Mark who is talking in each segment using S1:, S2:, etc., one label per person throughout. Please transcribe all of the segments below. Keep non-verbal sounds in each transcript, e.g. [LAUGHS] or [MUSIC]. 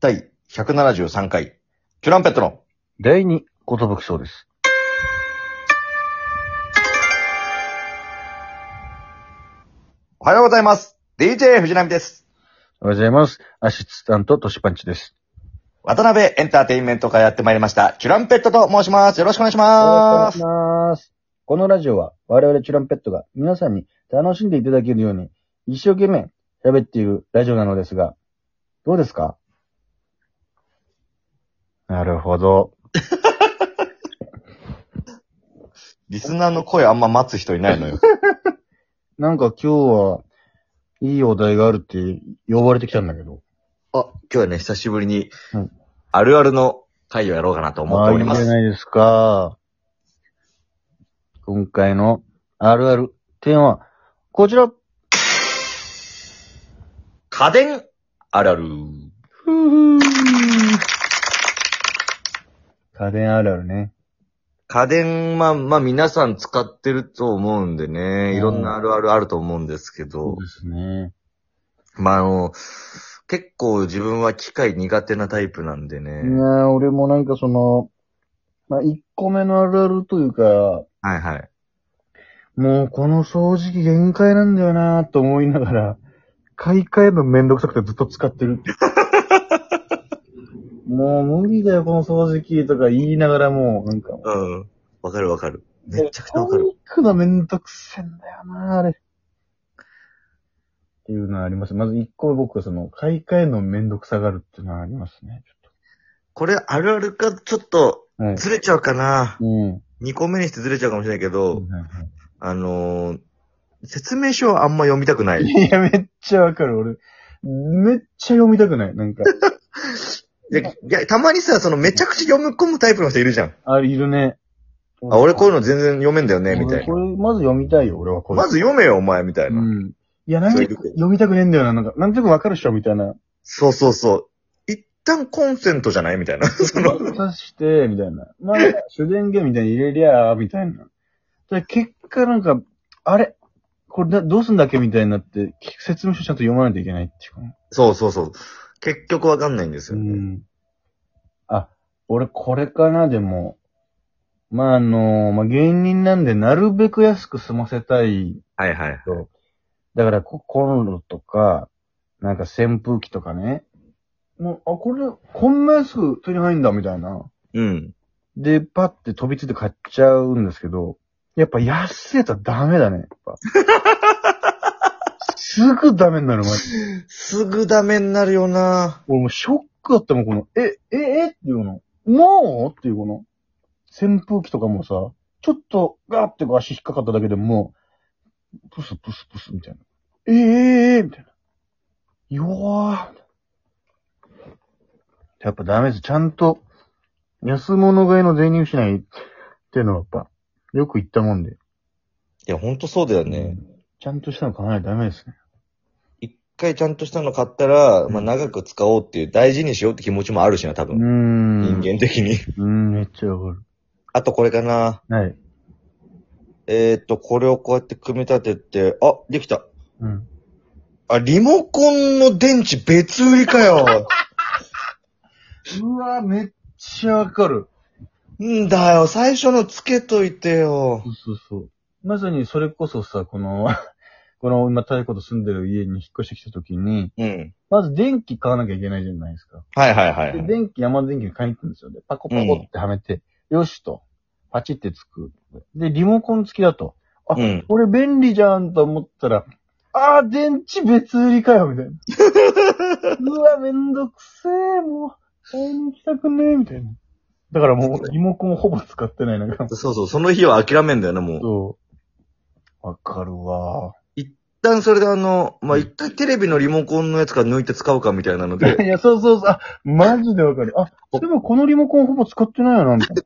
S1: 第173回、キュランペットの、
S2: 第二、ことぶきそうです。
S1: おはようございます。DJ 藤波です。
S2: おはようございます。アシスタント、トシパンチです。
S1: 渡辺エンターテインメントからやってまいりました、キュランペットと申します。よろしくお願いします。
S2: ます。このラジオは、我々チュランペットが皆さんに楽しんでいただけるように、一生懸命喋っているラジオなのですが、どうですかなるほど。
S1: リスナーの声あんま待つ人いないの [LAUGHS] よ。
S2: なんか今日は、いいお題があるって呼ばれてきたんだけど。
S1: あ、今日はね、久しぶりに
S2: うん、
S1: あるあるの会をやろうかなと思っておりま
S2: あいい
S1: す
S2: じゃ。ないですか。今回のあるある点は、こちら。
S1: 家電あるある。
S2: 家電あるあるね。
S1: 家電、まあ、まあ皆さん使ってると思うんでね、いろんなあるあるあると思うんですけど、
S2: ですね。
S1: まああの、結構自分は機械苦手なタイプなんでね
S2: い。や俺もなんかその、まあ、1個目のあるあるというか、
S1: はいはい。
S2: もうこの掃除機限界なんだよなぁと思いながら、買い替えるのめんどくさくてずっと使 [LAUGHS] ってる。もう無理だよ、この掃除機とか言いながらもう、なんか。
S1: うん。わかるわかる。めちゃくちゃわか
S2: ト
S1: る。
S2: ニックのめんどくせんだよな、あれ。っていうのはあります。まず一個僕はその、買い替えるのめんどくさがるっていうのはありますね。
S1: これあるあるか、ちょっと
S2: はい。
S1: ずれちゃうかな。
S2: うん。は
S1: 2個目にしてずれちゃうかもしれないけど、
S2: いは
S1: あのー説明書はあんま読みたくない。
S2: いいや、めっちゃわかる、俺。めっちゃ読みたくない。なんか、
S1: いやいや、たまにさ、そのめちゃくちゃ読み込むタイプの人いるじゃん。
S2: あ、いるね。
S1: あ、俺こういうの全然読めんだよね、みた
S2: 俺
S1: い
S2: こ
S1: な。
S2: れ、まず読みたいよ、俺はこれ。
S1: まず読めよ、お前、みたいうな。
S2: ん。いや、なん
S1: そ
S2: か
S1: ういうこと
S2: 読みたくねえんだよな、なんか、なんとなくわかるっしょ、みたいな。
S1: そうそうそう。一旦コンセントじゃないみ [LAUGHS] たいな。その、
S2: さして、みたいな。まあ、主電源みたいに入れりゃあ、みたいな。で、結果なんか、あれこれだどうすんだっけみたいになって、説明書ちゃんと読まないといけないっていうかね。
S1: そうそうそう。結局わかんないんです
S2: う
S1: よね。
S2: ん。あ、俺これかな、でも。まあ、あの、まあ、芸人なんで、なるべく安く済ませたい
S1: はいはい。
S2: と。だからこ、コンロとか、なんか扇風機とかね。もう、あ、これ、こんな安く手に入んだ、みたいな。
S1: うん。
S2: で、パって飛びついて買っちゃうんですけど、やっぱ安いやつはダメだね、やっぱ。すぐダメになる、マジで。
S1: すぐダメになるよな
S2: 俺もうショックだったもん、この、え、え、えっていうの。もうっていうこの、扇風機とかもさ、ちょっとガーってこう足引っかかっただけでもう、プスプスプスみたいな。ええええみたいな。よーみたいなやっぱダメです。ちゃんと、安物買いの税入しないっていうのはやっぱ、よく言ったもんで。
S1: いや、ほんとそうだよね。
S2: ちゃんとしたの買わないとダメですね。
S1: 一回ちゃんとしたの買ったら、まあ、長く使おうっていう、大事にしようって気持ちもあるしな、多
S2: うー
S1: 分。人
S2: ん。
S1: 間的に。 [LAUGHS]
S2: うーん、めっちゃわか
S1: あとこれかな
S2: る。はい。
S1: えーっと、これをこうやって組み立てて、あ、できた。
S2: うん。
S1: あ、リモコンの電池別売りかよ。 [LAUGHS]
S2: うわ、めっちゃわかる。
S1: んだよ、最初のつけといてよ
S2: そ。うそうそう。まさにそれこそさ、この、 [LAUGHS] この今、太子と住んでる家に引っ越してきた時に、
S1: うん。
S2: まず電気買わなきゃいけないじゃないですか。
S1: はいはいはいは
S2: で、
S1: い。
S2: 電気、山田電気に買いに行ったんですよ。で、パコパコってはめて、よしと、パチってつく。で、リモコン付きだと。あ、
S1: うん
S2: これ便利じゃんと思ったら、あー、電池別売りかよ、みた [LAUGHS] いな。うわ、めんどくせえ、もう、買いに行きたくねえ、みたいな。だからもう、リモコンほぼ使ってない、なんか。
S1: そうそう、その日は諦めんだよな、もう。
S2: そう。わかるわ。
S1: 一旦それであの、まあ、一回テレビのリモコンのやつから抜いて使うかみたいなので、
S2: [LAUGHS] いや、そうそうそう。あ、マジでわかる。あ、でもこのリモコンほぼ使ってないよな、みた [LAUGHS] いな。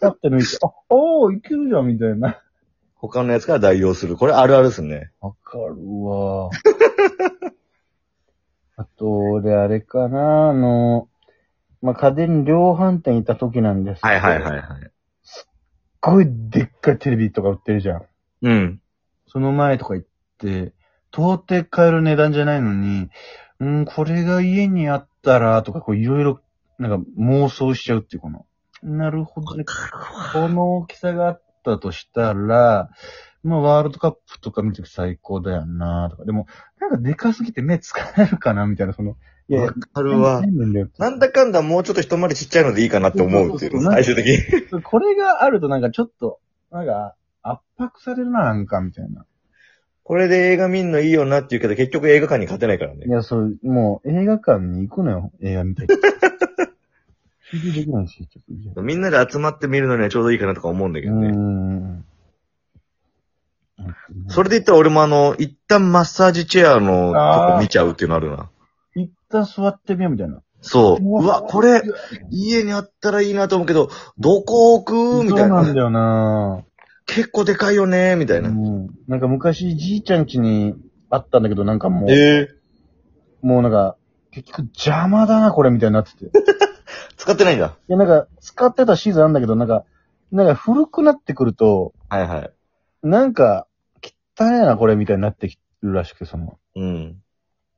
S2: だって抜いて、あ、おー、いけるじゃん、みたいな。
S1: 他のやつから代用する。これあるあるですね。
S2: わかるわ。 [LAUGHS] あと、俺、あれかな、あの、まあ、家電量販店行った時なんですけど。
S1: はい。
S2: すっごいでっかいテレビとか売ってるじゃん。
S1: うん。
S2: その前とか行って、到底買える値段じゃないのに、うん、これが家にあったらとか、こういろいろ、なんか妄想しちゃうっていう、この。なるほどね。この大きさがあったとしたら、まあワールドカップとか見て最高だよなとか。でも、なんかでかすぎて目疲れるかなみたいな、その。いやいや
S1: わ、かるわ。なんだかんだもうちょっと一回りちっちゃいのでいいかなって思うっていう
S2: そうそうそう
S1: の、最終的に。
S2: これがあるとなんかちょっと、なんか圧迫されるな、なんか、みたいな。
S1: これで映画見んのいいよなって言うけど、結局映画館に勝てないからね
S2: い。や、そう、もう映画館に行くのよ。映画見たい。集中できないし、ちょっといや。
S1: みんなで集まって見るのにはちょうどいいかなとか思うんだけど
S2: うー
S1: ね。
S2: ん。
S1: そ
S2: れ、
S1: れで言ったら俺もあの、一旦マッサージチェアの
S2: あー
S1: とこ見ちゃうっていうのあるな。
S2: 一旦座ってみようみたいな。
S1: そう。うわ、これ、
S2: そ
S1: 家にあったらいいなと思うけど、どこ置くみた
S2: う
S1: い
S2: なん
S1: な。
S2: だよな
S1: 結構でかいよねみたいな。
S2: うん。なんか昔、じいちゃん家にあったんだけど、なんかもう、
S1: ええ
S2: もうなんか、結局邪魔だな、これ、みたいになってて。い
S1: 使ってないんだ。
S2: や、なんか、使ってたシーズンあるんだけど、なんか、なんか古くなってくると、
S1: はいはい。
S2: なんか、汚いな、これ、みたいになってきるらしくて、その、
S1: うん。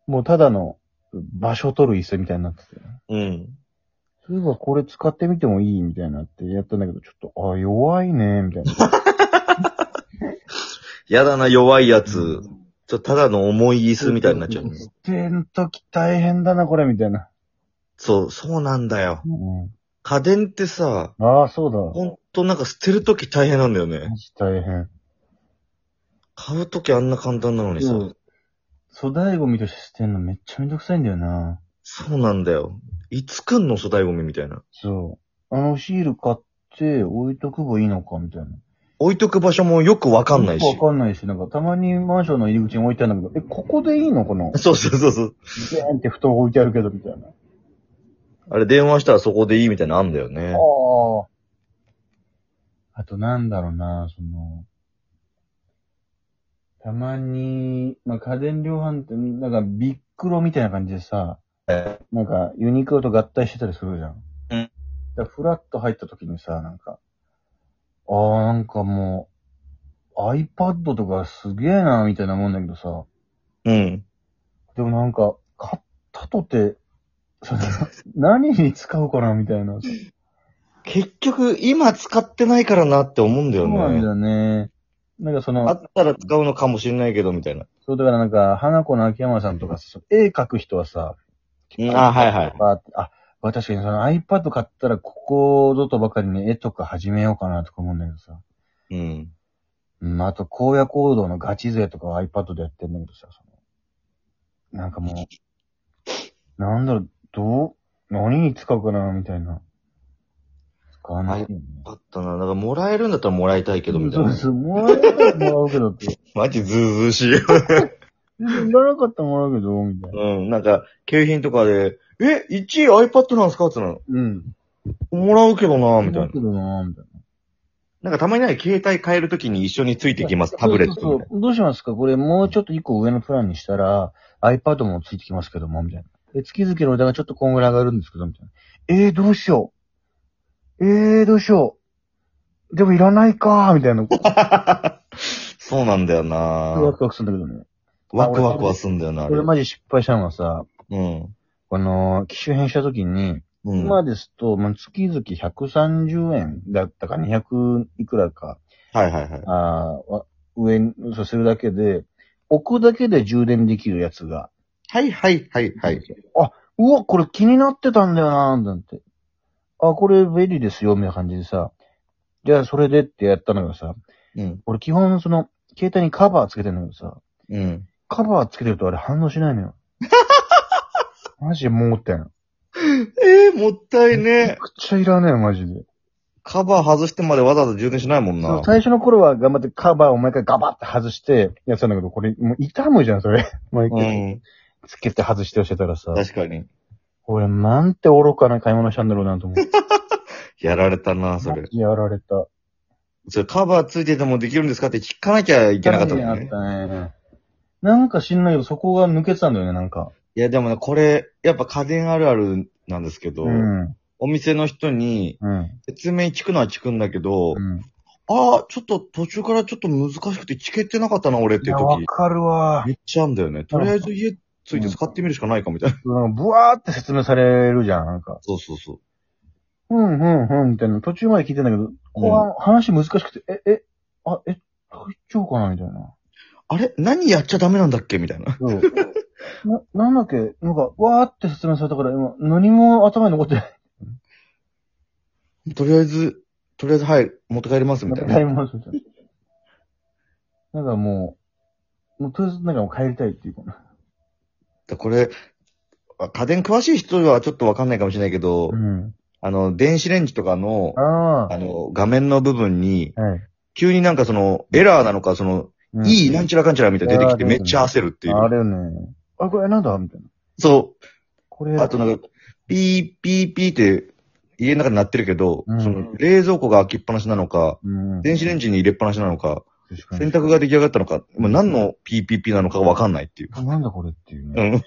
S2: もうただの、場所取る椅子みたいになってて。
S1: うん。
S2: そういえばこれ使ってみてもいいみたいなってやったんだけど、ちょっと、あ、弱いね、みたいな。
S1: やだな、弱いやつ。ちょっとただの重い椅子みたいになっちゃうね。
S2: 捨てんとき大変だな、これ、みたいな。
S1: そう、そうなんだよ。
S2: うん、
S1: 家電ってさ、
S2: ああ、そうだ。
S1: ほんとなんか捨てるとき大変なんだよね
S2: マ。ジ大変。
S1: 買うときあんな簡単なのにさ。
S2: うん粗大ゴミとして捨てんのめっちゃめんどくさいんだよな。
S1: そうなんだよ。いつくんの粗大ゴミみたいな。
S2: そう。あのシール買って置いとくばいいのか、みたいな。
S1: 置いとく場所もよくわかんないし。
S2: わかんないし、なんかたまにマンションの入り口に置いてあるんだけど、え、ここでいいの
S1: [LAUGHS]
S2: かな
S1: そうそうそうそう。
S2: ビーンって布団置いてあるけど、みたいな。
S1: あれ電話したらそこでいいみたいなのあんだよね。
S2: ああ。あとなんだろうな、その、たまに、まあ、家電量販店、なんかビックロみたいな感じでさ、
S1: え
S2: なんかユニクロと合体してたりするじゃん。
S1: うん。
S2: だからフラッと入った時にさ、なんか、ああ、なんかもう、iPad とかすげえな、みたいなもんだけどさ、
S1: うん。
S2: でもなんか、買ったとて、その何に使うかな、みたいな。
S1: 結局、今使ってないからなって思うんだよ
S2: そうな
S1: ね。
S2: んだよね。なんかそ
S1: あ
S2: の、
S1: ったら使うのかもしれないけど、みたいな。
S2: そうだからなんか、花子の秋山さんとか、そ絵描く人はさ、
S1: うんあはいはい
S2: バーってあ、私、その iPad 買ったら、ここぞとばかりに絵とか始めようかなとか思うんだけどさ。
S1: うん。
S2: うん、あと、荒野行動のガチ勢とかは iPad でやってんだけどさ、その、なんかもう、なんだろう、どう、何に使うかな、みたいな。使わないよね。
S1: あったな。だから、もらえるんだったらもらいたいけど、みたい
S2: そう
S1: な
S2: で。す。もらえたらもらうけどって。
S1: マジずうずうしいよ。
S2: 全然いらなかったらもらうけど、みたいな。
S1: うん。なんか、景品とかで、え、1位 iPad なんすかってなの。
S2: うん。
S1: もらうけどなみたいな
S2: だ。けどなみたいな。
S1: なんかたまにない携帯変えるときに一緒についてきます、タブレット
S2: そ
S1: み
S2: うそ
S1: た
S2: う
S1: い
S2: そう。どうしますかこれもうちょっと一個上のプランにしたら、iPad もついてきますけども、みたいな。で月々の値段がちょっとこんぐらい上がるんですけど、みたいな。えー、どうしよう。えー、どうしよう。でもいらないかみたいな。ワ
S1: な。 [LAUGHS] そうなんだよな
S2: クワクするんだけどね。
S1: ワクワクはすんだよな、あ
S2: こ
S1: れ
S2: れ。マジ失敗したのはさ、
S1: うん。
S2: この、機種変した時に、
S1: うん。は
S2: 今ですと、まあ、月々130円だったか200いくらか
S1: いはいはい。
S2: あーわ上に、そうするだけで、置くだけで充電できるやつが。
S1: はいはいはいはい。
S2: うわ、これ気になってたんだよなーなんて。あ、これ便利ですよ、みたいな感じでさ。じゃあ、それでってやったのがさ、
S1: うん。
S2: 俺基本その、携帯にカバーつけてんだけどさ、
S1: うん。
S2: カバーつけてるとあれ反応しない
S1: [LAUGHS]
S2: のよ。マジで盲点。
S1: えー、もったい
S2: めちゃ
S1: ね。
S2: くちゃいらねえよ、マジで。
S1: カバー外してまでわざわざ充電しないもん
S2: そ
S1: な
S2: う。最初の頃は頑張ってカバーを毎回ガバって外してやってたんだけど、これもう痛むじゃん、それ。 [LAUGHS] 毎
S1: う
S2: 回。
S1: ん。
S2: つけて外して押してたらさ。
S1: 確かに。
S2: 俺、なんて愚かな買い物したんだろうなと思って。
S1: やられたな、それ。
S2: やられた。
S1: それカバーついててもできるんですかって聞かなきゃいけなかったもんね。
S2: あったね。なんか知んないけど、そこが抜けてたんだよね、なんか。
S1: いやでもね、これ、やっぱ家電あるあるなんですけど、
S2: うん。
S1: お店の人に
S2: うん。
S1: 説明聞くのは聞くんだけど、
S2: うん。
S1: ああ、ちょっと途中からちょっと難しくてチケってなかったな、俺っ
S2: い
S1: ていう
S2: や、わ
S1: 時。
S2: かるわ
S1: め。っちゃあんだよね。とりあえず家ついて使ってみるしかないかみたいな。
S2: なんかブワーって説明されるじゃん、なんか。
S1: そうそうそう。
S2: うん、うん、うん、みたいな。途中まで聞いてんだけど、後半、話難しくて、え、え、あ、え、大丈夫かなみたいな。
S1: あれ何やっちゃダメなんだっけみたいな。
S2: そう。 [LAUGHS] な、なんだっけなんか、わーって説明されたから、今、何も頭に残って [LAUGHS] ない。
S1: とりあえず、とりあえず、はい、持って帰ります、みたい
S2: 買い
S1: な。
S2: ますみたいな。なんかもう、もうとりあえず、なんかもう帰りたいっていうかな。
S1: だこれ、あ家電詳しい人はちょっとわかんないかもしれないけど、
S2: うん。
S1: あの、電子レンジとかの、
S2: あ
S1: あの、画面の部分に、
S2: あ。はい。
S1: 急になんかその、エラーなのか、その、
S2: うん
S1: いい、なんちゃらかんちゃらみたいな出てきて
S2: あー
S1: めっちゃ焦るってい
S2: あ
S1: う。
S2: れよね。あ、これなんだみたいな。
S1: そ
S2: これ。
S1: う。あとなんか、ピーピーピーって家の中になってるけど、
S2: うん
S1: その、冷蔵庫が開きっぱなしなのか、
S2: うん。
S1: 電子レ
S2: ン
S1: ンジに入れっぱなしなのか、
S2: ジ
S1: 洗濯が出来上がったのか、まあ、何の PPP なのかがわかんないっていう。
S2: なんだこれっていう
S1: う
S2: ね。
S1: ん。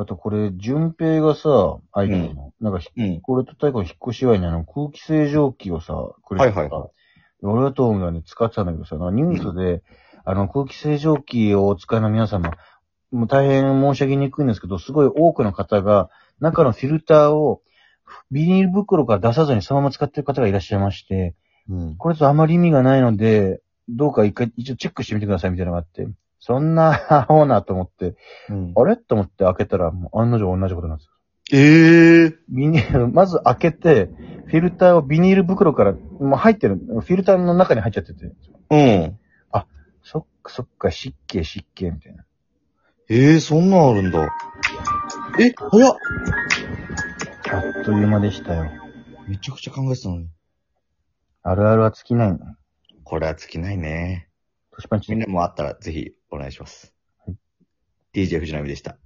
S2: あとこれ、順平がさ、アイドルの、なんかひ、
S1: うん。
S2: これと大光引っ越し祝いにあの空気清浄機をさ、くれてた
S1: はいはい
S2: 俺はと思うよね、使ってたんだけどさ、なんかニュースで、あの空気清浄機をお使いの皆様、もう大変申し上げにくいんですけど、すごい多くの方が、中のフィルターをビニール袋から出さずにそのまま使ってる方がいらっしゃいまして、
S1: うん。
S2: これとあまり意味がないので、どうか一回、一応チェックしてみてくださいみたいなのがあって、そんな、 [LAUGHS] アホなと思って、
S1: うん
S2: あれと思って開けたら、もう案の定同じことなんですよ。
S1: ええー。
S2: ビニール、まず開けて、フィルターをビニール袋から、もう入ってる、フィルターの中に入っちゃってて、
S1: うん。
S2: そっかそっか、湿気湿気みたいな。
S1: ええー、そんなんあるんだ。え、早っ
S2: あっという間でしたよ。
S1: めちゃくちゃ考えてたのに。
S2: あるあるは尽きないの。
S1: これは尽きないね。
S2: 年パンチ
S1: みんなもあったらぜひお願いします。DJ 藤波でした。